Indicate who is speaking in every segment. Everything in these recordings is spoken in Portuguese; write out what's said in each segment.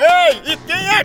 Speaker 1: Ei, e quem é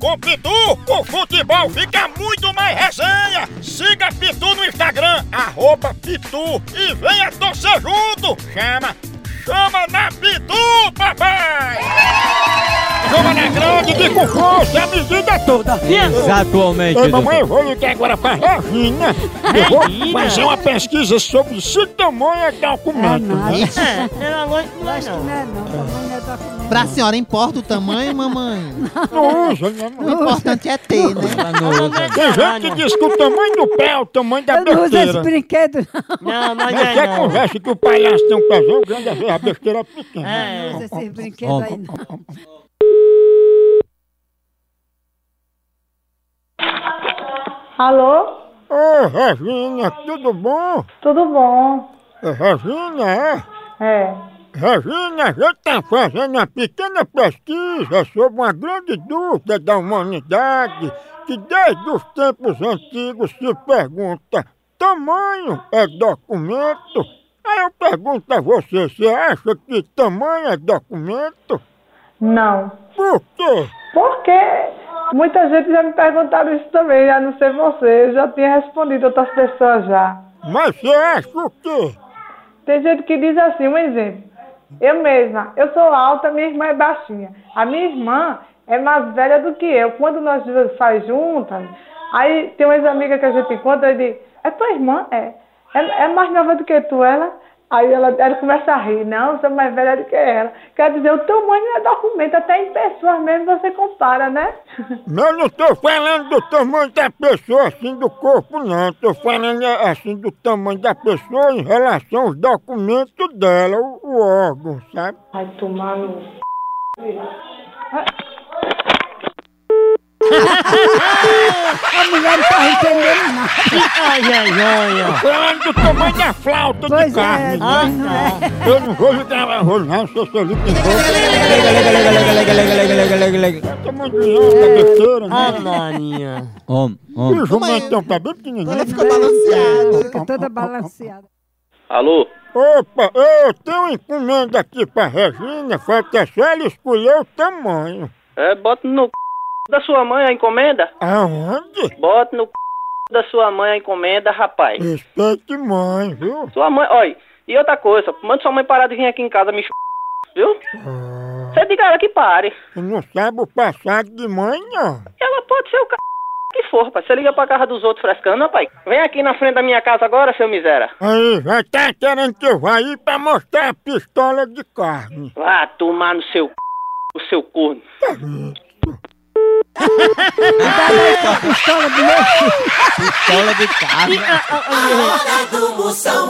Speaker 1: Com Pitu, o futebol fica muito mais resenha! Siga Pitu no Instagram, arroba Pitu e venha torcer junto! Chama! Chama na Pitu, papai! Chama na grande de com força a medida é toda!
Speaker 2: Exatamente.
Speaker 1: Ei, mamãe, eu vou ligar agora pra Regina. Eu vou fazer uma pesquisa sobre se tamanho é documento.
Speaker 3: É,
Speaker 4: Era longe, não é
Speaker 3: acho que
Speaker 4: não.
Speaker 3: não é não, tamanho não é documento.
Speaker 2: Pra senhora importa o tamanho, mamãe?
Speaker 1: Não usa, né,
Speaker 2: O
Speaker 1: mamãe?
Speaker 2: importante é ter, né?
Speaker 1: Tem gente que diz que o tamanho do pé é o tamanho da
Speaker 3: Eu não uso esse
Speaker 1: besteira.
Speaker 3: brinquedo, não.
Speaker 4: Não, nós
Speaker 1: Mas
Speaker 4: é
Speaker 1: que é
Speaker 4: não.
Speaker 1: conversa que o palhaço tem um pezão grande, às vezes a besteira é pequena.
Speaker 4: É.
Speaker 3: Não uso esse brinquedo aí, não.
Speaker 5: Alô?
Speaker 1: Ô, Regina, tudo bom?
Speaker 5: Tudo bom?
Speaker 1: Ô, Regina, é?
Speaker 5: É.
Speaker 1: Regina, a gente está fazendo uma pequena pesquisa sobre uma grande dúvida da humanidade que desde os tempos antigos se pergunta tamanho é documento? Aí eu pergunto a você, você acha que tamanho é documento?
Speaker 5: Não.
Speaker 1: Por quê?
Speaker 5: Porque muita gente já me perguntaram isso também, a não ser você. Eu já tinha respondido outras pessoas já.
Speaker 1: Mas você acha o quê?
Speaker 5: Tem gente que diz assim, um exemplo. Eu mesma, eu sou alta, minha irmã é baixinha. A minha irmã é mais velha do que eu. Quando nós duas faz juntas, aí tem umas amigas que a gente encontra e diz, é tua irmã? É. É, é mais nova do que tu, ela? Aí ela, ela começa a rir, não, eu sou mais velha do que ela. Quer dizer, o tamanho é documento, até em pessoas mesmo você compara, né?
Speaker 1: Não, eu não tô falando do tamanho da pessoa, assim, do corpo, não. Tô falando, é, assim, do tamanho da pessoa em relação aos documentos dela, o, o órgão, sabe?
Speaker 5: Vai tomar no...
Speaker 3: A mulher não tá entendendo nada.
Speaker 4: Ai, ai, ai,
Speaker 1: Tô
Speaker 4: ai.
Speaker 1: falando do tamanho da flauta de
Speaker 3: Pois é,
Speaker 1: carne. né?
Speaker 3: pois não é.
Speaker 1: Eu não vou ligar a rolo, não, se eu sou ligo em rolo. Eu tô muito leão da besteira,
Speaker 4: Ah,
Speaker 1: né?
Speaker 4: Naninha.
Speaker 6: Homem,
Speaker 1: E
Speaker 6: homem.
Speaker 1: o
Speaker 3: é?
Speaker 1: jumento tá bem pequenininho.
Speaker 2: Ela ficou balanceada.
Speaker 3: Fica toda balanceada.
Speaker 7: Alô?
Speaker 1: Opa, eu tenho uma encomenda aqui pra Regina, falta só ela escolher o tamanho.
Speaker 7: É, bota no c... da sua mãe a encomenda.
Speaker 1: Aonde?
Speaker 7: Bota no c... da sua mãe a encomenda, rapaz.
Speaker 1: Respeite mãe, viu?
Speaker 7: Sua mãe, olha, e outra coisa, manda sua mãe parar de vir aqui em casa me ch... viu? Você diga a ela que pare.
Speaker 1: Tu não sabe o passado de mãe, não.
Speaker 7: Ela pode ser o c... que for, pai. Você liga pra casa dos outros frescando, rapaz. Vem aqui na frente da minha casa agora, seu miséria.
Speaker 1: Aí, vai tá querendo que eu vá ir pra mostrar a pistola de carne.
Speaker 7: Vá tomar no seu c... o seu corno.
Speaker 6: Pistola de carne.
Speaker 4: Ah, ah, ah.
Speaker 8: Hora do Moção.